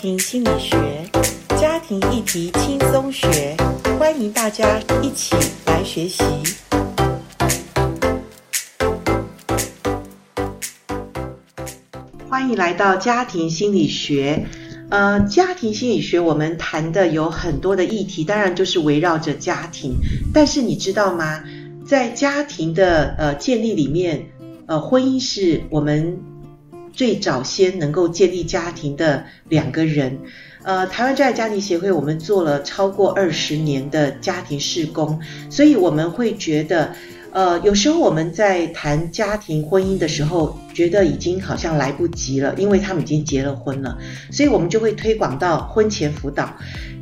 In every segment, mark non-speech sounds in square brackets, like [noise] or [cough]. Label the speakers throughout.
Speaker 1: 庭心理学，家庭议题轻松学，欢迎大家一起来学习。欢迎来到家庭心理学。呃，家庭心理学我们谈的有很多的议题，当然就是围绕着家庭。但是你知道吗？在家庭的呃建立里面，呃，婚姻是我们最早先能够建立家庭的两个人。呃，台湾真爱家庭协会，我们做了超过二十年的家庭事工，所以我们会觉得，呃，有时候我们在谈家庭婚姻的时候，觉得已经好像来不及了，因为他们已经结了婚了，所以我们就会推广到婚前辅导。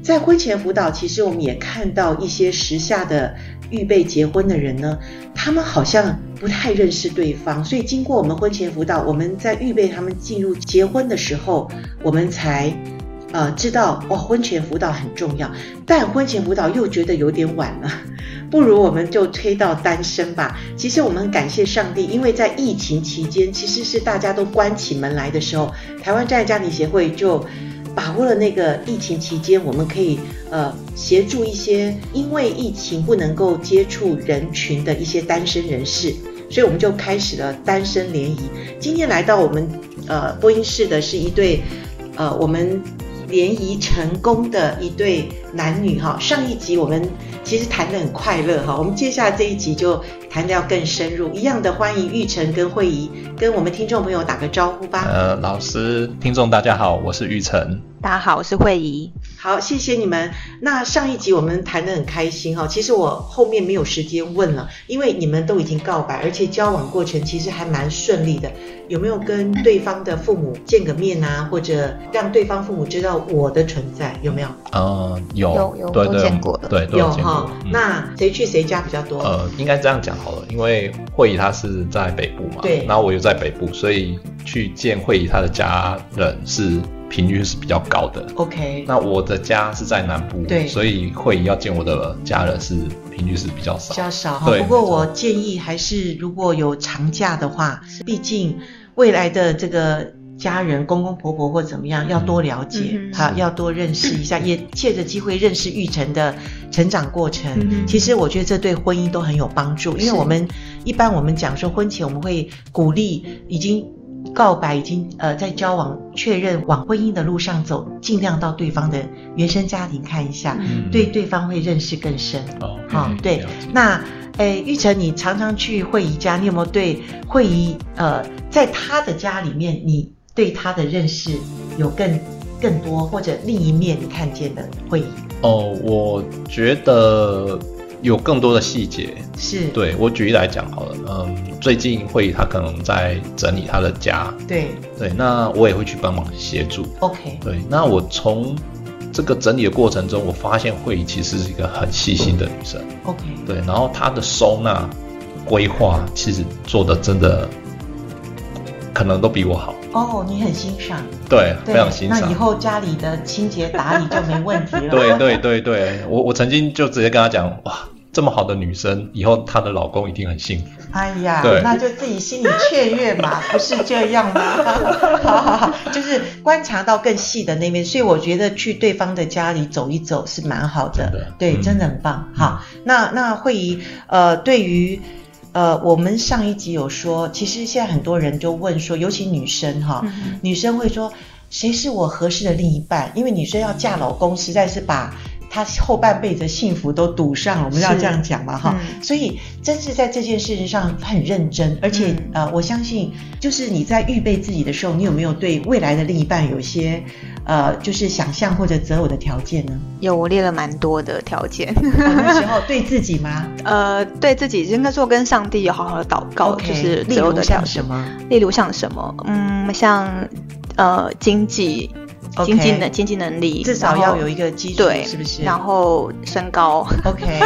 Speaker 1: 在婚前辅导，其实我们也看到一些时下的预备结婚的人呢，他们好像不太认识对方，所以经过我们婚前辅导，我们在预备他们进入结婚的时候，我们才。呃，知道哦，婚前辅导很重要，但婚前辅导又觉得有点晚了，不如我们就推到单身吧。其实我们很感谢上帝，因为在疫情期间，其实是大家都关起门来的时候，台湾真爱家庭协会就把握了那个疫情期间，我们可以呃协助一些因为疫情不能够接触人群的一些单身人士。所以我们就开始了单身联谊。今天来到我们呃播音室的是一对呃我们联谊成功的一对男女哈。上一集我们其实谈得很快乐哈，我们接下来这一集就谈得要更深入。一样的，欢迎玉成跟慧怡跟我们听众朋友打个招呼吧。
Speaker 2: 呃，老师、听众大家好，我是玉成。
Speaker 3: 大家好，我是慧怡。
Speaker 1: 好，谢谢你们。那上一集我们谈得很开心哈，其实我后面没有时间问了，因为你们都已经告白，而且交往过程其实还蛮顺利的。有没有跟对方的父母见个面啊，或者让对方父母知道我的存在？有没有？
Speaker 2: 呃，有
Speaker 3: 有有
Speaker 2: 对
Speaker 3: 都
Speaker 2: 对
Speaker 3: 见过的
Speaker 2: 对，都
Speaker 1: 有
Speaker 2: 见
Speaker 1: 哈
Speaker 2: 过。。嗯
Speaker 1: 那谁去谁家比较多？
Speaker 2: 呃，应该这样讲好了，因为慧仪她是在北部嘛，
Speaker 1: 对
Speaker 2: 然后我又在北部，所以去见慧仪她的家人是频率是比较高的。
Speaker 1: OK，
Speaker 2: 那我的家是在南部，
Speaker 1: 对
Speaker 2: 所以慧仪要见我的家人是频率是比较
Speaker 1: 比
Speaker 2: 少。
Speaker 1: 较少哈。
Speaker 2: 对
Speaker 1: 不过我建议还是如果有长假的话，毕竟未来的这个。家人、公公婆婆或怎么样，要多了解
Speaker 3: 嗯，嗯
Speaker 1: 好、
Speaker 2: 是
Speaker 1: 要多认识 [clears throat] 一下，也借着机会认识玉成的成长过程。
Speaker 3: 嗯哼
Speaker 1: 其实我觉得这对婚姻都很有帮助，因为
Speaker 3: 是
Speaker 1: 我们一般我们讲说婚前我们会鼓励已经告白、已经呃在交往、确认往婚姻的路上走，尽量到对方的原生家庭看一下，
Speaker 2: 嗯
Speaker 1: 对对方会认识更深。
Speaker 2: 哦，
Speaker 1: 好、
Speaker 2: 嗯
Speaker 1: 对
Speaker 2: 了解，
Speaker 1: 那诶，玉成，你常常去慧仪家，你有没有对慧仪呃，在她的家里面，你对她的认识有更更多，或者另一面你看见的慧仪
Speaker 2: 哦，我觉得有更多的细节，
Speaker 1: 是？
Speaker 2: 对我举例来讲好了，嗯，最近会他可能在整理他的家，
Speaker 1: 对
Speaker 2: 对，那我也会去帮忙协助，
Speaker 1: ，OK，
Speaker 2: 对，那我从这个整理的过程中，我发现慧仪其实是一个很细心的女生，
Speaker 1: OK，
Speaker 2: 对，然后她的收纳规划其实做的真的可能都比我好，
Speaker 1: 哦，你很欣赏，
Speaker 2: 对，
Speaker 1: 对
Speaker 2: 非常欣
Speaker 1: 那以
Speaker 2: 赏。
Speaker 1: 后家里的清洁打理就没问题了。
Speaker 2: 对对对对，我我曾经就直接跟她讲，哇，这么好的女生，以后她的老公一定很幸福。
Speaker 1: 哎呀
Speaker 2: 对，
Speaker 1: 那就自己心里雀跃
Speaker 2: [laughs]
Speaker 1: 嘛， [laughs] 不是这样吗？好好好，就是观察到更细的那面，所以我觉得去对方的家里走一走是蛮好的，
Speaker 2: 真的
Speaker 1: 对，
Speaker 2: 嗯
Speaker 1: 真的很棒。好，那那慧仪，呃，对于。呃，我们上一集有说，其实现在很多人就问说，尤其女生哈，
Speaker 3: 嗯
Speaker 1: 女生会说谁是我合适的另一半？因为女生要嫁老公，实在是把她后半辈子的幸福都赌上了，我们要
Speaker 3: 是
Speaker 1: 这样讲嘛哈。
Speaker 3: 嗯
Speaker 1: 所以真是在这件事情上很认真，而且、
Speaker 3: 嗯
Speaker 1: 呃，我相信就是你在预备自己的时候，你有没有对未来的另一半有一些呃，就是想象或者择偶的条件
Speaker 3: [laughs]
Speaker 1: 呢？
Speaker 3: 有我列了蛮多的条件， [laughs]
Speaker 1: 我那时候对自己吗？
Speaker 3: 呃，对自己应该说跟上帝有好好的祷告
Speaker 1: OK，
Speaker 3: 就是
Speaker 1: 例
Speaker 3: 择偶
Speaker 1: 如
Speaker 3: 的条
Speaker 1: 像
Speaker 3: 件
Speaker 1: 什。么？
Speaker 3: 例如像什么，嗯，像呃经济
Speaker 1: OK
Speaker 3: 经济能经济能力，
Speaker 1: 至少
Speaker 3: 然后
Speaker 1: 要有一个基础，
Speaker 3: 对，
Speaker 1: 是不是？
Speaker 3: 然后身高，
Speaker 1: OK，,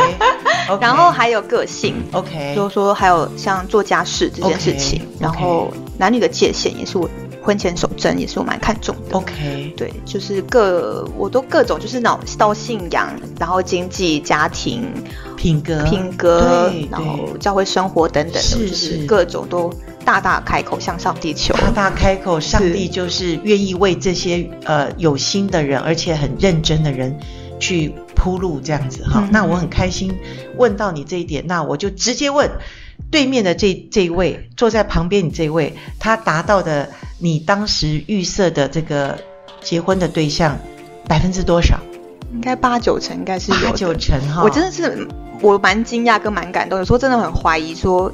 Speaker 1: o k
Speaker 3: [laughs] 然后还有个性。
Speaker 1: OK，
Speaker 3: 就是说，还有像做家事这件事情
Speaker 1: OK，OK
Speaker 3: 然后男女的界限也是我婚前守贞，也是我蛮看重的。
Speaker 1: OK，
Speaker 3: 对，就是各我都各种，就是脑到信仰，然后经济、家庭、
Speaker 1: 品格，
Speaker 3: 品格
Speaker 1: 对，
Speaker 3: 然
Speaker 1: 嗯对
Speaker 3: 后教会生活等等的，
Speaker 1: 是
Speaker 3: 就是是各种都大大开口向上帝求。
Speaker 1: 大大开口，上帝就是愿意为这些呃有心的人，而且很认真的人去铺路，这样子哈。
Speaker 3: 嗯
Speaker 1: 那我很开心问到你这一点，那我就直接问对面的这这一位坐在旁边你这一位，他达到的你当时预设的这个结婚的对象百分之多少？
Speaker 3: 应该八九成应该是有
Speaker 1: 八
Speaker 3: 的
Speaker 1: 九成哈。
Speaker 3: 我真的是我蛮惊讶跟蛮感动，有时候真的很怀疑说，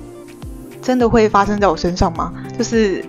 Speaker 3: 真的会发生在我身上吗？就是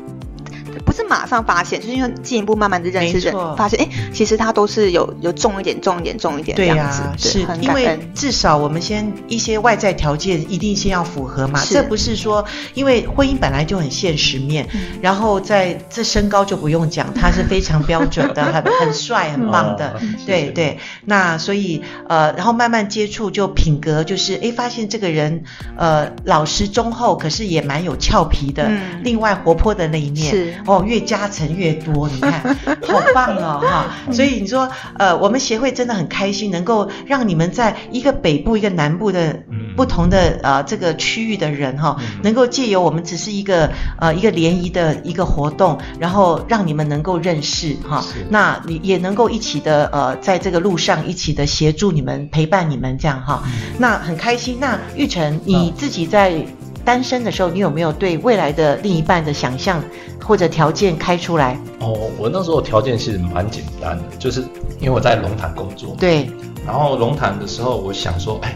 Speaker 3: 不是马上发现，就是因为进一步慢慢的认识
Speaker 1: 没错
Speaker 3: 人，发现哎、诶其实他都是有有重一点、重一点、重一点这
Speaker 1: 对
Speaker 3: 样
Speaker 1: 呀、
Speaker 3: 子，
Speaker 1: 是
Speaker 3: 很
Speaker 1: 因
Speaker 3: 感
Speaker 1: 为
Speaker 3: 恩。
Speaker 1: 至少我们先一些外在条件一定先要符合嘛，
Speaker 3: 是
Speaker 1: 这不是说因为婚姻本来就很现实面，
Speaker 3: 嗯
Speaker 1: 然后在这身高就不用讲，他是非常标准的，很很帅，
Speaker 2: [laughs]
Speaker 1: 很棒的。
Speaker 2: 哦，
Speaker 1: 对
Speaker 2: 谢谢，
Speaker 1: 对，那所以呃，然后慢慢接触就品格，就是诶，发现这个人呃老实忠厚，可是也蛮有俏皮的，
Speaker 3: 嗯
Speaker 1: 另外活泼的那一面。
Speaker 3: 是
Speaker 1: 哦，越加成越多，你看，好棒哦
Speaker 3: [laughs]
Speaker 1: 哈！所以你说，呃，我们协会真的很开心，能够让你们在一个北部一个南部的
Speaker 2: 嗯
Speaker 1: 不同的呃这个区域的人哈、
Speaker 2: 嗯
Speaker 1: 能够借由我们只是一个呃一个联谊的一个活动，然后让你们能够认识哈、
Speaker 2: 是
Speaker 1: 那你也能够一起的呃在这个路上一起的协助你们陪伴你们这样哈、
Speaker 2: 嗯
Speaker 1: 那很开心。那玉成你自己在。单身的时候，你有没有对未来的另一半的想象或者条件开出来？
Speaker 2: 哦，我那时候条件其实蛮简单的，就是因为我在龙潭工作，
Speaker 1: 对，
Speaker 2: 然后龙潭的时候，我想说，哎，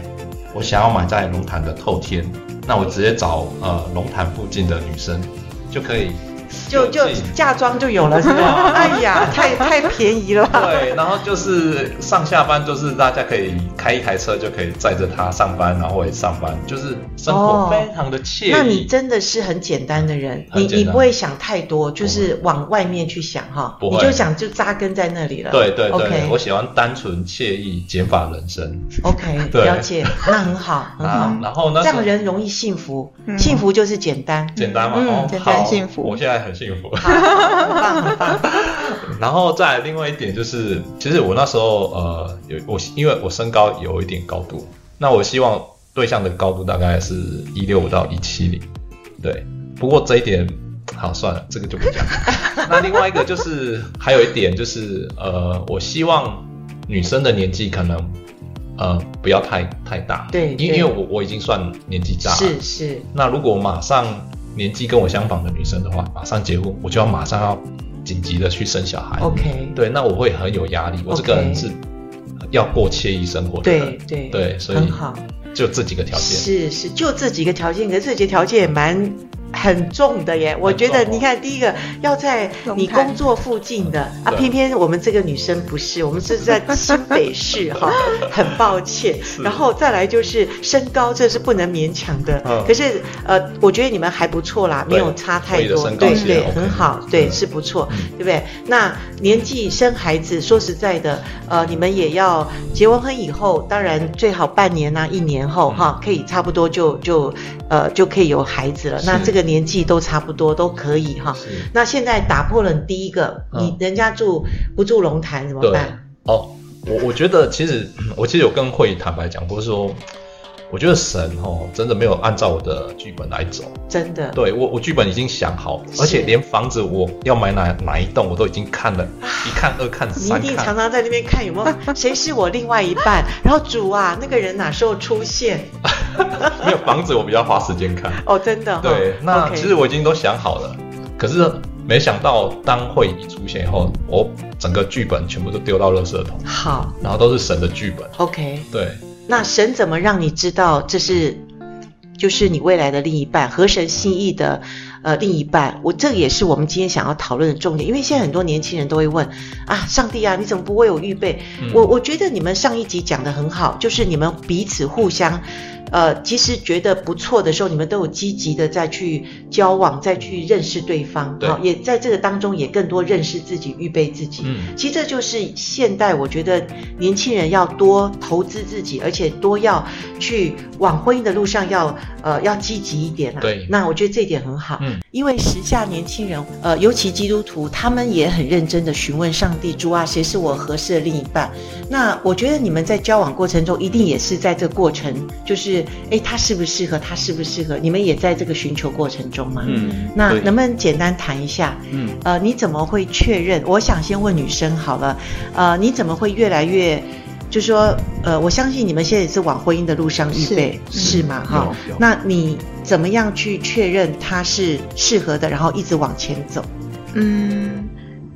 Speaker 2: 我想要买在龙潭的透天，那我直接找呃龙潭附近的女生就可以
Speaker 1: 就就
Speaker 2: 自己
Speaker 1: 嫁妆就有了，是吧？哎呀，太太便宜了吧。
Speaker 2: [laughs] 对，然后就是上下班就是大家可以开一台车就可以载着她上班，然后我也上班，就是生
Speaker 1: 哦
Speaker 2: 活非常的惬意。
Speaker 1: 那你真的是很简单的人，
Speaker 2: 很
Speaker 1: 你
Speaker 2: 简
Speaker 1: 你
Speaker 2: 单嗯
Speaker 1: 不会想太多，就是往外面去想哈，
Speaker 2: 不
Speaker 1: 你
Speaker 2: 会
Speaker 1: 就想就扎根在那里了。
Speaker 2: 对对对
Speaker 1: OK
Speaker 2: 我喜欢单纯惬意、减法人生。
Speaker 1: OK，
Speaker 2: [laughs] 对
Speaker 1: 了解，那很好
Speaker 2: [laughs]
Speaker 1: 很好
Speaker 2: 啊，，然后那
Speaker 1: 嗯这
Speaker 2: 时候
Speaker 1: 样人容易幸福，
Speaker 3: 嗯
Speaker 1: 幸福就是简单， [laughs]
Speaker 2: 简单嘛，
Speaker 1: 嗯
Speaker 2: 哦，
Speaker 3: 简单
Speaker 2: 好
Speaker 3: 幸福
Speaker 2: 我现在很幸福。
Speaker 1: 好很棒很棒，
Speaker 2: [laughs] 然后再来另外一点就是，其实我那时候呃有我因为我身高有一点高度，那我希望对象的高度大概是一六五到一七零，对。不过这一点好算了，这个就不
Speaker 1: [laughs]
Speaker 2: 讲。那另外一个就是还有一点就是呃，我希望女生的年纪可能呃不要太太大，
Speaker 1: 对
Speaker 2: 因
Speaker 1: 对
Speaker 2: 因为我我已经算年纪大了，
Speaker 1: 是
Speaker 2: [laughs]
Speaker 1: 是，
Speaker 2: 那如果马上年纪跟我相仿的女生的话，马上结婚，我就要马上要紧急的去生小孩。
Speaker 1: OK
Speaker 2: 对，那我会很有压力。我这个
Speaker 1: OK
Speaker 2: 人是要过惬意生活的
Speaker 1: 对
Speaker 2: 人。
Speaker 1: 对
Speaker 2: 对，所
Speaker 1: 很
Speaker 2: 以
Speaker 1: 好，
Speaker 2: 就这几个条件。
Speaker 1: 是是，就这几个条件，可是这几个条件也蛮很重的耶。我觉得，
Speaker 2: 很重哦
Speaker 1: 你看，第一个要在你工作附近的啊，
Speaker 2: 嗯对
Speaker 1: 偏偏我们这个女生不是，我们是在新北市
Speaker 2: [laughs]
Speaker 1: 哈，很抱歉。然后再来就是身高，这是不能勉强的。
Speaker 2: 嗯
Speaker 1: 可是呃，我觉得你们还不错啦，没
Speaker 2: 对
Speaker 1: 有差太
Speaker 2: 可以的
Speaker 1: 多，
Speaker 2: 身高
Speaker 1: 对
Speaker 2: 其实
Speaker 1: 对，
Speaker 2: OK
Speaker 1: 很好，对
Speaker 2: 嗯
Speaker 1: 是不错。
Speaker 2: 嗯
Speaker 1: 对不对？那年纪生孩子，说实在的，呃，你们也要结完婚以后，当然最好半年呐、一年后
Speaker 2: 嗯
Speaker 1: 哈，可以差不多就就呃就可以有孩子了。
Speaker 2: 是
Speaker 1: 那这个年纪都差不多都可以哈。
Speaker 2: 是
Speaker 1: 那现在打破了第一个，
Speaker 2: 嗯
Speaker 1: 你人家住不住龙潭怎么
Speaker 2: 对
Speaker 1: 办？
Speaker 2: 哦，我我觉得其实我其实有跟慧坦白讲过说，我觉得神哦真的没有按照我的剧本来走。
Speaker 1: 真的，
Speaker 2: 对我，我剧本已经想好了，
Speaker 1: 是
Speaker 2: 而且连房子我要买哪哪一栋我都已经看了，一看、二看、
Speaker 1: 啊你一
Speaker 2: 三
Speaker 1: 定常
Speaker 2: 看。
Speaker 1: 常在那边看有没有 [laughs] 谁是我另外一半，然后主啊，那个人哪时候出现？
Speaker 2: [laughs] 没有房子我比较花时间
Speaker 1: [laughs]
Speaker 2: 看。
Speaker 1: 哦，真的哈。
Speaker 2: 对，那
Speaker 1: OK
Speaker 2: 其实我已经都想好了，可是没想到当会议出现以后，我整个剧本全部都丢到垃圾桶，
Speaker 1: 好
Speaker 2: 然后都是神的剧本。
Speaker 1: ，OK。
Speaker 2: 对，
Speaker 1: 那神怎么让你知道这是就是你未来的另一半，合神心意的呃另一半？我这个也是我们今天想要讨论的重点，因为现在很多年轻人都会问啊，上帝啊，你怎么不为我预备？
Speaker 2: 嗯
Speaker 1: 我我觉得你们上一集讲的很好，就是你们彼此互相。呃，其实觉得不错的时候，你们都有积极的再去交往，再去认识对方，
Speaker 2: 对
Speaker 1: 也在这个当中也更多认识自己，预备自己。
Speaker 2: 嗯，
Speaker 1: 其实这就是现代，我觉得年轻人要多投资自己，而且多要去往婚姻的路上要呃要积极一点啊。
Speaker 2: 对
Speaker 1: 那我觉得这一点很好。
Speaker 2: 嗯嗯，
Speaker 1: 因为时下年轻人，呃，尤其基督徒，他们也很认真的询问上帝：主啊，谁是我合适的另一半？那我觉得你们在交往过程中，一定也是在这过程，就是诶，他适不适合，他适不适合，你们也在这个寻求过程中嘛。
Speaker 2: 嗯
Speaker 1: 那
Speaker 2: 对
Speaker 1: 能不能简单谈一下？
Speaker 2: 嗯
Speaker 1: 呃，你怎么会确认？我想先问女生好了，呃，你怎么会越来越，就说，呃，我相信你们现在也是往婚姻的路上预备，
Speaker 3: 是嗯
Speaker 1: 是吗？哈，
Speaker 2: 有有
Speaker 1: 那你怎么样去确认他是适合的，然后一直往前走？
Speaker 3: 嗯，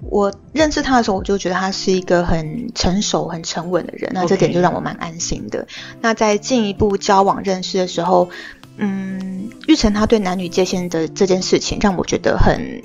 Speaker 3: 我认识他的时候，我就觉得他是一个很成熟、很沉稳的人，那这
Speaker 1: OK
Speaker 3: 点就让我蛮安心的。那在进一步交往认识的时候，嗯，玉成他对男女界限的这件事情，让我觉得很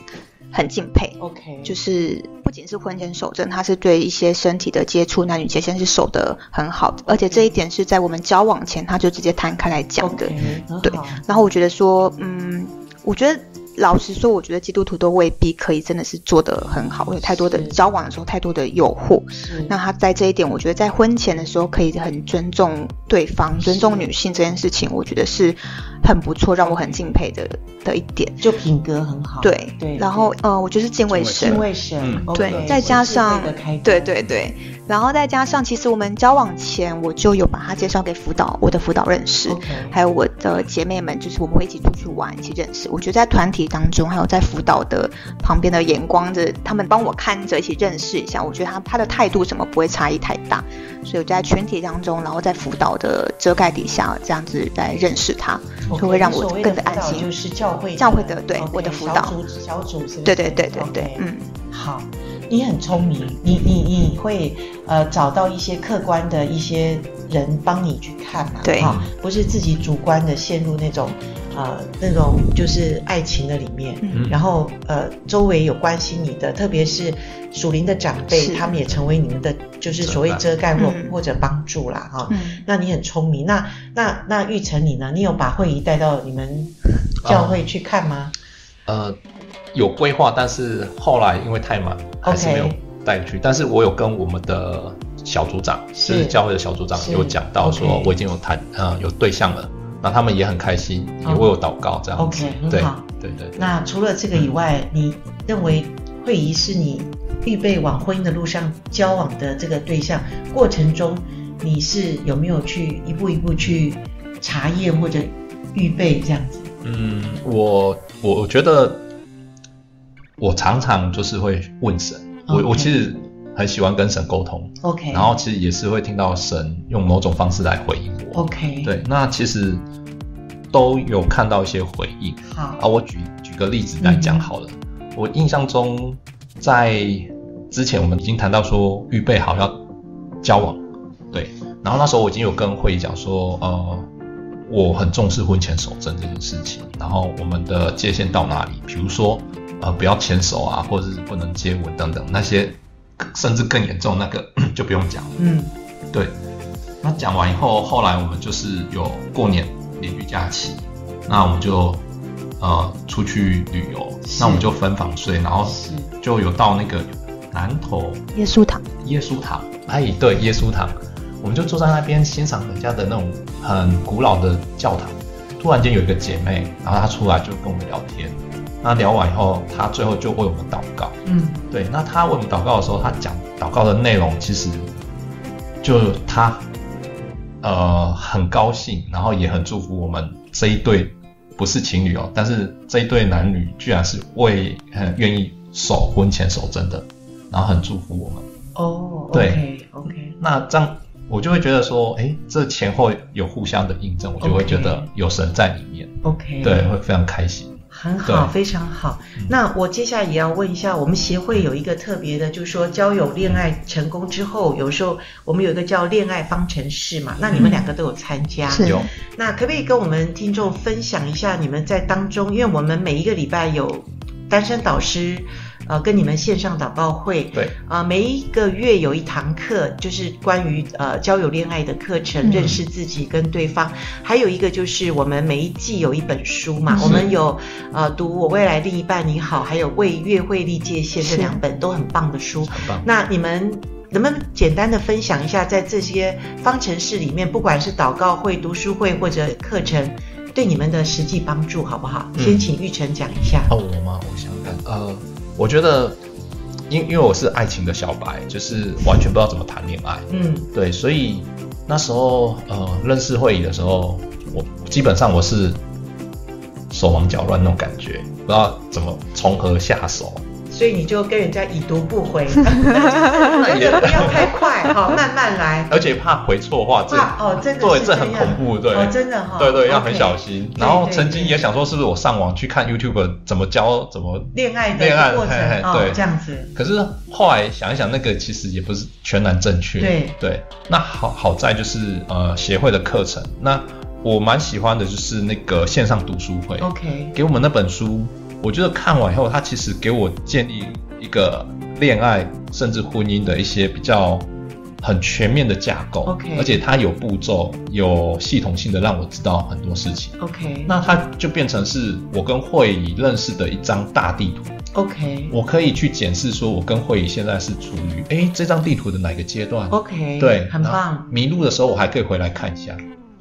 Speaker 3: 很敬佩。
Speaker 1: OK，
Speaker 3: 就是是不仅是婚前守正，他是对一些身体的接触、男女界限是守得很好的，而且这一点是在我们交往前他就直接摊开来讲的。
Speaker 1: OK，很
Speaker 3: 对
Speaker 1: 嗯好
Speaker 3: 然后我觉得说，嗯，我觉得老实说，我觉得基督徒都未必可以真的是做得很好，有太多的
Speaker 1: 是
Speaker 3: 交往的时候太多的诱惑。
Speaker 1: 是
Speaker 3: 那他在这一点，我觉得在婚前的时候可以很尊重对方、尊重女性这件事情，我觉得是很不错，让我很敬佩的的一点。
Speaker 1: 就品格很好，
Speaker 3: 对，
Speaker 1: 啊对，
Speaker 3: 然后呃，我就是敬畏
Speaker 2: 敬
Speaker 1: 敬，畏
Speaker 2: 畏神
Speaker 3: 神
Speaker 1: 神
Speaker 2: 嗯，
Speaker 1: OK，
Speaker 3: 对，再加上
Speaker 1: 智慧的开端
Speaker 3: 对对对，然后再加上，其实我们交往前我就有把他介绍给辅导我的辅导认识，
Speaker 1: ，OK，
Speaker 3: 还有我的姐妹们，就是我们会一起出去玩，一起认识。我觉得在团体当中，还有在辅导的旁边的眼光着，他们帮我看着，一起认识一下。我觉得他他的态度什么不会差异太大，所以我就在群体当中，然后在辅导的遮盖底下，这样子来认识他，就会让我更加安心。
Speaker 1: 就是教会
Speaker 3: 教会的对
Speaker 1: OK，
Speaker 3: 我的辅导
Speaker 1: 小组小组是不是
Speaker 3: 对对对对对
Speaker 1: OK，
Speaker 3: 嗯，
Speaker 1: 好，你很聪明，你你你会呃找到一些客观的一些人帮你去看嘛、
Speaker 3: 对
Speaker 1: 哈不是自己主观的陷入那种呃那种就是爱情的里面。
Speaker 3: 嗯
Speaker 1: 然后，呃，周围有关心你的，特别是属灵的长辈，
Speaker 3: 是
Speaker 1: 他们也成为你们的，就是所谓遮盖或、
Speaker 3: 嗯
Speaker 1: 或者帮助啦，哈、
Speaker 3: 嗯。
Speaker 1: 那你很聪明，那那那玉成你呢？你有把会议带到你们教会去看吗？
Speaker 2: 呃，有规划，但是后来因为太忙，还是没有带去。但是我有跟我们的小组长，
Speaker 1: 是
Speaker 2: 就是教会的小组长
Speaker 1: 是
Speaker 2: 有讲到说
Speaker 1: OK，
Speaker 2: 我已经有谈呃有对象了，那他们也很开心，
Speaker 1: 哦
Speaker 2: 也为我祷告这样子
Speaker 1: OK，很
Speaker 2: 对
Speaker 1: 好
Speaker 2: 对对对，
Speaker 1: 那除了这个以外，
Speaker 2: 嗯
Speaker 1: 你认为会议是你预备往婚姻的路上交往的这个对象过程中，你是有没有去一步一步去查验或者预备这样子？
Speaker 2: 嗯，我我我觉得我常常就是会问神，我我
Speaker 1: OK
Speaker 2: 其实很喜欢跟神沟通，
Speaker 1: OK，
Speaker 2: 然后其实也是会听到神用某种方式来回应我。
Speaker 1: OK，，
Speaker 2: 对，那其实都有看到一些回应。啊，
Speaker 1: 好，
Speaker 2: 我举举个例子来讲好了。我印象中，在之前我们已经谈到说预备好要交往，对。然后那时候我已经有跟会议讲说，呃，我很重视婚前守贞这件事情。然后我们的界限到哪里？比如说，呃，不要牵手啊，或者是不能接吻等等那些，甚至更严重那个 [coughs] 就不用讲了。
Speaker 1: 嗯，
Speaker 2: 对，那讲完以后，后来我们就是有过年连续假期，那我们就呃出去旅游，
Speaker 1: 是
Speaker 2: 那我们就分房睡，然后
Speaker 1: 是
Speaker 2: 就有到那个南头
Speaker 3: 耶稣堂，嗯
Speaker 2: 耶稣堂，哎，对，耶稣堂，我们就坐在那边欣赏人家的那种很古老的教堂。突然间有一个姐妹，然后她出来就跟我们聊天，那聊完以后，她最后就为我们祷告。
Speaker 1: 嗯
Speaker 2: 对，那他为我们祷告的时候，他讲祷告的内容，其实就他呃很高兴，然后也很祝福我们这一对不是情侣哦，但是这一对男女居然是为呃愿意守婚前守贞的，然后很祝福我们。
Speaker 1: 哦
Speaker 2: 对
Speaker 1: ，OK OK，
Speaker 2: 那这样我就会觉得说，哎，这前后有互相的印证，我就会觉得
Speaker 1: OK
Speaker 2: 有神在里面
Speaker 1: OK，
Speaker 2: 对，会非常开心。
Speaker 1: 很好，
Speaker 2: 对
Speaker 1: 非常好
Speaker 2: 嗯。
Speaker 1: 那我接下来也要问一下，我们协会有一个特别的，就是说交友恋爱成功之后，有时候我们有一个叫恋爱方程式嘛。那你
Speaker 2: 嗯
Speaker 1: 们两个都有参加，
Speaker 3: 是
Speaker 2: 有，
Speaker 1: 那可不可以跟我们听众分享一下你们在当中？因为我们每一个礼拜有单身导师，呃，跟你们线上祷告会，
Speaker 2: 对，
Speaker 1: 啊，每一个月有一堂课，就是关于呃交友恋爱的课程，
Speaker 3: 嗯
Speaker 1: 认识自己跟对方。还有一个就是我们每一季有一本书嘛，
Speaker 3: 是
Speaker 1: 我们有呃读《我未来另一半你好》，还有《为约会立界限》
Speaker 3: 是
Speaker 1: 这两本都很棒的书。
Speaker 2: 很棒。
Speaker 1: 那你们能不能简单的分享一下，在这些方程式里面，不管是祷告会、读书会或者课程，对你们的实际帮助好不好？
Speaker 2: 嗯
Speaker 1: 先请玉成讲一下。
Speaker 2: 哦，我吗？我想想看，呃，我觉得，因因为我是爱情的小白，就是完全不知道怎么谈恋爱，
Speaker 1: 嗯
Speaker 2: 对，所以那时候呃认识会议的时候，我基本上我是手忙脚乱那种感觉，不知道怎么从何下手。
Speaker 1: 所以你就跟人家已读不回，
Speaker 2: [laughs]
Speaker 1: 真的不要太快哈，慢慢来。
Speaker 2: 而且怕回错话，这
Speaker 1: 哇哦，真的
Speaker 2: 对
Speaker 1: 是
Speaker 2: 这很
Speaker 1: 样
Speaker 2: 恐怖，对，
Speaker 1: 哦，真的哈、
Speaker 2: 对对，要很
Speaker 1: OK
Speaker 2: 小心。
Speaker 1: 对
Speaker 2: 然后
Speaker 1: 对
Speaker 2: 曾经
Speaker 1: 对
Speaker 2: 也想说，是不是我上网去看 YouTube 怎么教怎么？
Speaker 1: 恋爱
Speaker 2: 恋爱
Speaker 1: 的过程
Speaker 2: 嘿嘿
Speaker 1: 哦
Speaker 2: 对，
Speaker 1: 这样子，
Speaker 2: 可是后来想一想，那个其实也不是全然正确。
Speaker 1: 对
Speaker 2: 那好好在就是呃协会的课程，那我蛮喜欢的就是那个线上读书会
Speaker 1: OK，
Speaker 2: 给我们那本书，我觉得看完以后，它其实给我建立一个恋爱甚至婚姻的一些比较很全面的架构
Speaker 1: OK
Speaker 2: 而且它有步骤，有系统性的让我知道很多事情。
Speaker 1: OK，
Speaker 2: 那它就变成是我跟会议认识的一张大地图，
Speaker 1: OK
Speaker 2: 我可以去检视说我跟会议现在是处于诶这张地图的哪个阶段。
Speaker 1: OK，
Speaker 2: 对，
Speaker 1: 哦很
Speaker 2: 然后
Speaker 1: 棒。
Speaker 2: 迷路的时候，我还可以回来看一下。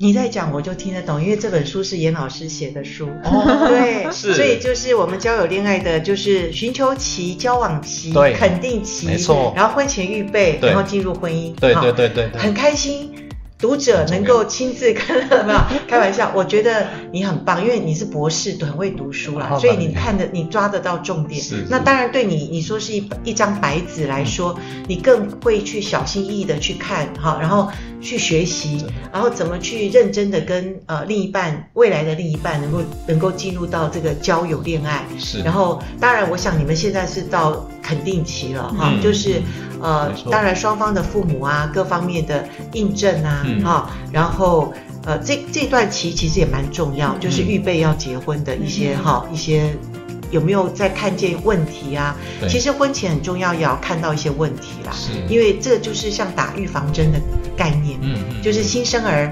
Speaker 1: 你在讲我就听得懂，因为这本书是严老师写的书。
Speaker 2: 哦
Speaker 1: 对，
Speaker 2: [laughs] 是
Speaker 1: 所以就是我们交友恋爱的，就是寻求期、交往期、
Speaker 2: 对
Speaker 1: 肯定期，
Speaker 2: 没错
Speaker 1: 然后婚前预备，
Speaker 2: 对
Speaker 1: 然后进入婚姻。
Speaker 2: 对
Speaker 1: 好
Speaker 2: 对对对对，
Speaker 1: 很开心。读者能够亲自看 [laughs] 到没有？开玩笑，我觉得你很棒，因为你是博士，很会读书啦，
Speaker 2: 好
Speaker 1: 所以
Speaker 2: 好
Speaker 1: 你看的你抓得到重点。
Speaker 2: 是是嗯
Speaker 1: 那当然对你你说是一一张白纸来说，你更会去小心翼翼的去看哈，然后去学习
Speaker 2: 真的，
Speaker 1: 然后怎么去认真的跟呃另一半未来的另一半能够能够进入到这个交友恋爱，
Speaker 2: 是，
Speaker 1: 然后，当然，我想你们现在是到肯定期了哈、
Speaker 2: 嗯
Speaker 1: 就是呃
Speaker 2: 没，错
Speaker 1: 当然双方的父母啊，各方面的印证啊，哈、
Speaker 2: 嗯
Speaker 1: 然后呃，这这段期其实也蛮重要，
Speaker 2: 嗯
Speaker 1: 就是预备要结婚的一些
Speaker 3: 嗯
Speaker 1: 哈、一些有没有在看见问题啊？
Speaker 2: 对
Speaker 1: 其实婚前很重要，也要看到一些问题啦，
Speaker 2: 是，
Speaker 1: 因为这就是像打预防针的概念，
Speaker 2: 嗯嗯，
Speaker 1: 就是
Speaker 2: 嗯
Speaker 1: 新生儿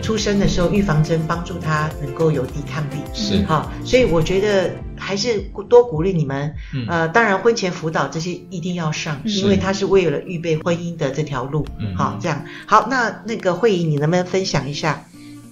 Speaker 1: 出生的时候，预防针帮助他能够有抵抗力。
Speaker 2: 是，
Speaker 1: 好，所以我觉得还是多鼓励你们。
Speaker 2: 嗯
Speaker 1: 呃，当然婚前辅导这些一定要上，
Speaker 3: 嗯
Speaker 1: 因为它是为了预备婚姻的这条路。
Speaker 2: 嗯
Speaker 1: 好，这样好。那那个慧颖，你能不能分享一下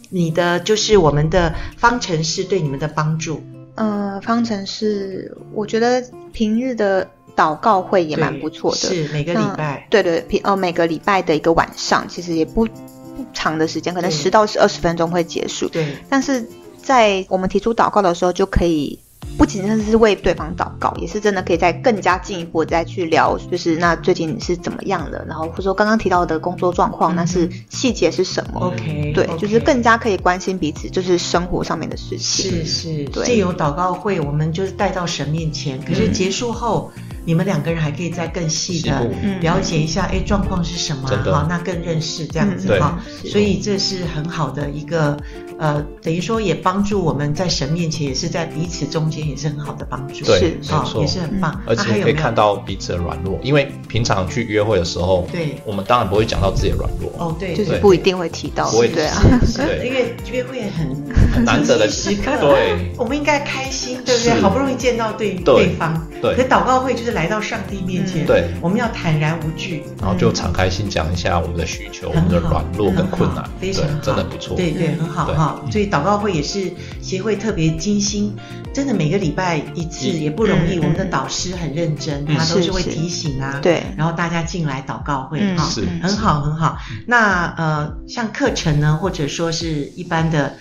Speaker 1: 你的就是我们的方程式对你们的帮助？
Speaker 3: 呃，方程式，我觉得平日的祷告会也蛮不错的，
Speaker 1: 是每个礼拜。
Speaker 3: 对对，平呃每个礼拜的一个晚上，其实也不不长的时间，可能
Speaker 1: 对
Speaker 3: 十到二十分钟会结束。
Speaker 1: 对，
Speaker 3: 但是在我们提出祷告的时候，就可以不仅仅是为对方祷告，也是真的可以再更加进一步地再去聊，就是那最近你是怎么样了，然后或者说刚刚提到的工作状况，
Speaker 1: 嗯
Speaker 3: 那是细节是什么？
Speaker 2: 哦
Speaker 1: OK，
Speaker 3: 对
Speaker 1: OK
Speaker 3: 就是更加可以关心彼此，就是生活上面的事情。
Speaker 1: 是是，
Speaker 3: 对
Speaker 1: 借由祷告会，我们就是带到神面前。可是
Speaker 2: 嗯
Speaker 1: 结束后，你们两个人还可以再更细
Speaker 2: 西
Speaker 1: 的
Speaker 2: 部，
Speaker 3: 嗯
Speaker 1: 了解一下，哎，状况是什么啊
Speaker 2: 真？的
Speaker 1: 好，那更认识这样子
Speaker 2: 嗯
Speaker 1: 哈、
Speaker 3: 对
Speaker 1: 所以这是很好的一个，呃，等于说也帮助我们在神面前，也是在彼此中间，也是很好的帮助。
Speaker 2: 对
Speaker 3: 是嗯
Speaker 1: 啊
Speaker 2: 没、错
Speaker 1: 也是很棒。
Speaker 2: 而
Speaker 1: 那还
Speaker 2: 且
Speaker 1: 有
Speaker 2: 可
Speaker 1: 没
Speaker 2: 以
Speaker 1: 有
Speaker 2: 看到彼此的软弱，因为平常去约会的时候，
Speaker 1: 对，
Speaker 2: 我们当然不会讲到自己的软 [laughs] 弱，
Speaker 1: 哦，对，
Speaker 3: 就是
Speaker 1: 对
Speaker 3: 不一定会提到，
Speaker 2: 不会
Speaker 3: 对啊，
Speaker 1: 是是 [laughs]
Speaker 2: 对
Speaker 1: 因为约会很
Speaker 2: 很难得的
Speaker 1: 珍 [laughs] 惜时刻，
Speaker 2: 对
Speaker 1: 我们应该开心，对不对？
Speaker 2: 是
Speaker 1: 好不容易见到对
Speaker 2: 对
Speaker 1: 方，
Speaker 2: 对
Speaker 1: 可祷告会就是来到上帝面前，
Speaker 3: 嗯
Speaker 2: 对
Speaker 1: 我们要坦然无惧，
Speaker 2: 然后就敞开心讲一下我们的需求、我们的软弱跟困
Speaker 1: 很
Speaker 2: 难
Speaker 1: 好，
Speaker 2: 对
Speaker 1: 非常好，，
Speaker 2: 真的不错，
Speaker 1: 对对，很好
Speaker 2: 对
Speaker 1: 哈。所以祷告会也是协会特别精心，真的每个礼拜一次
Speaker 2: 嗯
Speaker 1: 也不容易。
Speaker 3: 嗯
Speaker 1: 我们的导师很认真，
Speaker 2: 嗯
Speaker 1: 他都是
Speaker 3: 是
Speaker 1: 会
Speaker 3: 是
Speaker 1: 提醒啊，，
Speaker 3: 对，
Speaker 1: 然后大家进来祷告会
Speaker 3: 嗯，
Speaker 1: 哈，
Speaker 2: 是
Speaker 3: 嗯
Speaker 1: 很好很好。那呃，像课程呢，或者说是一般的。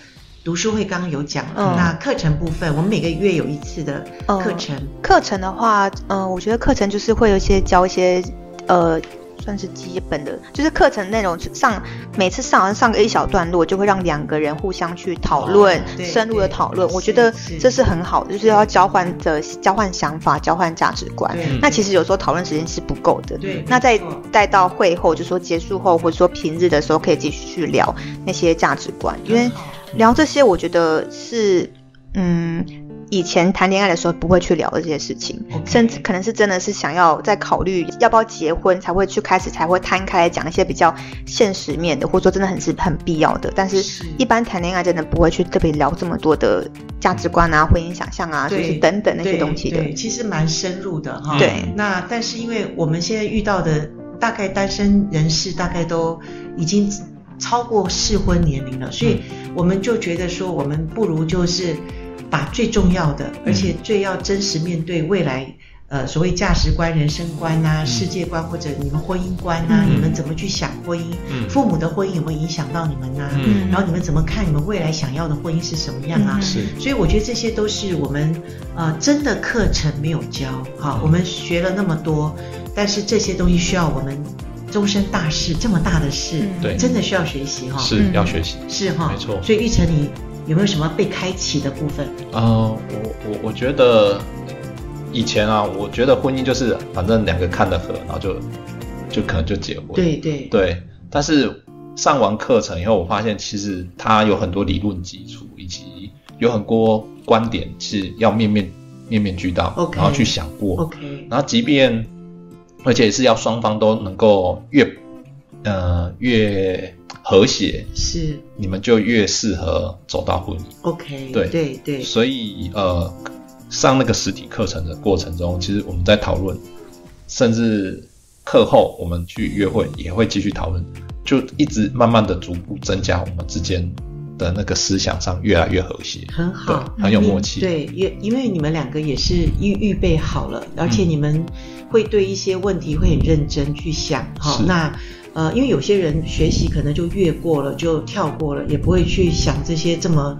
Speaker 1: 读书会刚刚有讲了，
Speaker 3: 嗯
Speaker 1: 那课程部分，我们每个月有一次的
Speaker 3: 嗯
Speaker 1: 课程，
Speaker 3: 课程的话，嗯、我觉得课程就是会有一些教一些，呃，算是基本的，就是课程内容上每次上完上个一小段落，就会让两个人互相去讨论，
Speaker 2: 哦
Speaker 1: 对
Speaker 3: 深入的讨论。
Speaker 1: 对
Speaker 3: 我觉得
Speaker 1: 是是
Speaker 3: 这是很好的，就是要交换的交换想法，交换价值观。
Speaker 1: 对
Speaker 3: 那其实有时候讨论时间是不够的，
Speaker 1: 对，
Speaker 3: 那
Speaker 1: 没
Speaker 3: 再
Speaker 1: 错
Speaker 3: 带到会后，就说结束后，或者说平日的时候，可以继续去聊那些价值观，因为
Speaker 1: 很好
Speaker 3: 聊这些，我觉得是，嗯，以前谈恋爱的时候不会去聊的这些事情，
Speaker 1: OK
Speaker 3: 甚至可能是真的是想要在考虑要不要结婚，才会去开始才会摊开来讲一些比较现实面的，或者说真的很是很必要的。但
Speaker 1: 是
Speaker 3: 是，一般谈恋爱真的不会去特别聊这么多的价值观啊、婚姻想象啊，就是等等那些
Speaker 1: 对
Speaker 3: 东西的。
Speaker 1: 对，其实蛮深入的哈。
Speaker 3: 对
Speaker 1: 那但是因为我们现在遇到的大概单身人士大概都已经超过适婚年龄了，所以
Speaker 2: 嗯
Speaker 1: 我们就觉得说，我们不如就是把最重要的，而
Speaker 2: 嗯
Speaker 1: 且最要真实面对未来。呃，所谓价值观、人生观
Speaker 2: 嗯
Speaker 1: 呐、世界观，或者你们婚姻观呐、
Speaker 3: 嗯
Speaker 1: 你们怎么去想婚姻？
Speaker 2: 嗯
Speaker 1: 父母的婚姻有没有影响到你们呐、
Speaker 2: 嗯
Speaker 1: 然后你们怎么看你们未来想要的婚姻是什么样啊？
Speaker 3: 嗯
Speaker 2: 是
Speaker 1: 所以我觉得这些都是我们呃真的课程没有教，哈，
Speaker 2: 嗯
Speaker 1: 我们学了那么多，但是这些东西需要我们终身大事这么大的事，
Speaker 3: 嗯
Speaker 2: 对
Speaker 1: 真的需要学习哈，
Speaker 2: 是
Speaker 3: 嗯
Speaker 2: 要学习。
Speaker 1: 是哈，
Speaker 2: 没错
Speaker 1: 所以玉成，你有没有什么被开启的部分？
Speaker 2: 呃，我我我觉得以前啊，我觉得婚姻就是反正两个看得合，然后就就可能就结婚。
Speaker 1: 对对
Speaker 2: 对，但是上完课程以后，我发现其实它有很多理论基础，以及有很多观点是要面面面面俱到
Speaker 1: OK
Speaker 2: 然后去想过。
Speaker 1: ，OK，
Speaker 2: 然后即便，而且是要双方都能够越呃越和谐，
Speaker 1: 是
Speaker 2: 你们就越适合走到婚姻。
Speaker 1: OK，
Speaker 2: 对
Speaker 1: 对对
Speaker 2: 所以呃，上那个实体课程的过程中，其实我们在讨论，甚至课后我们去约会也会继续讨论，就一直慢慢的逐步增加我们之间的那个思想上越来越和谐，
Speaker 1: 很好，
Speaker 2: 对，很有默契，
Speaker 1: 对，也因为你们两个也是预预备好了，而且
Speaker 2: 嗯
Speaker 1: 你们会对一些问题会很认真去想哈、
Speaker 2: 是
Speaker 1: 那呃，因为有些人学习可能就越过了，就跳过了，也不会去想这些这么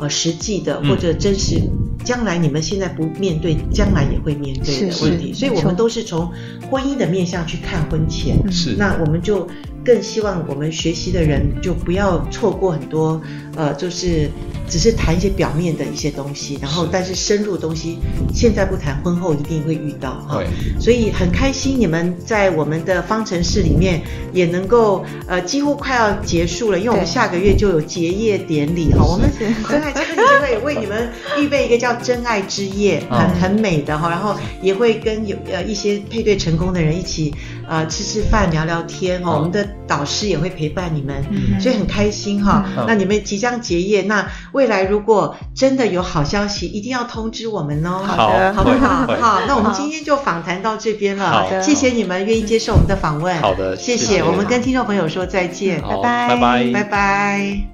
Speaker 1: 呃实际的
Speaker 2: 嗯
Speaker 1: 或者真实。将来你们现在不面对，将来也会面对的
Speaker 3: 是
Speaker 1: 问题，
Speaker 3: 是
Speaker 1: 所以我
Speaker 3: 没
Speaker 1: 们
Speaker 3: 错
Speaker 1: 都是从婚姻的面向去看婚前。
Speaker 3: 嗯
Speaker 2: 是
Speaker 1: 那我们就更希望我们学习的人就不要错过很多，呃，就是只是谈一些表面的一些东西，然后
Speaker 2: 是
Speaker 1: 但是深入的东西，现在不谈，婚后一定会遇到哈。
Speaker 2: 对，
Speaker 1: 所以很开心你们在我们的方程式里面也能够呃几乎快要结束了，因为我们
Speaker 3: 对
Speaker 1: 下个月就有结业典礼哈，我们
Speaker 3: 是
Speaker 1: 真爱之夜
Speaker 3: [laughs]
Speaker 1: 会为你们预备一个叫真爱之夜，很
Speaker 2: 嗯
Speaker 1: 很美的哈，然后也会跟有呃一些配对成功的人一起呃吃吃饭聊聊天哦，
Speaker 2: 嗯
Speaker 1: 我们的导师也会陪伴你们。
Speaker 3: 嗯
Speaker 1: 所以很开心哈、
Speaker 2: 嗯
Speaker 1: 那你们即将结业，那未来如果真的有好消息，一定要通知我们哦。
Speaker 3: 好的
Speaker 1: 好不
Speaker 2: 会
Speaker 1: 好？
Speaker 2: 会
Speaker 1: 好，那我们今天就访谈到这边
Speaker 2: 好
Speaker 1: 了，
Speaker 3: 的
Speaker 1: 谢谢你们愿意接受我们的访问，
Speaker 2: 好的
Speaker 1: 谢
Speaker 2: 谢
Speaker 1: 谢，
Speaker 2: 谢
Speaker 1: 我们跟听众朋友说再见，
Speaker 2: 好
Speaker 3: 拜拜
Speaker 2: 拜
Speaker 1: 拜拜。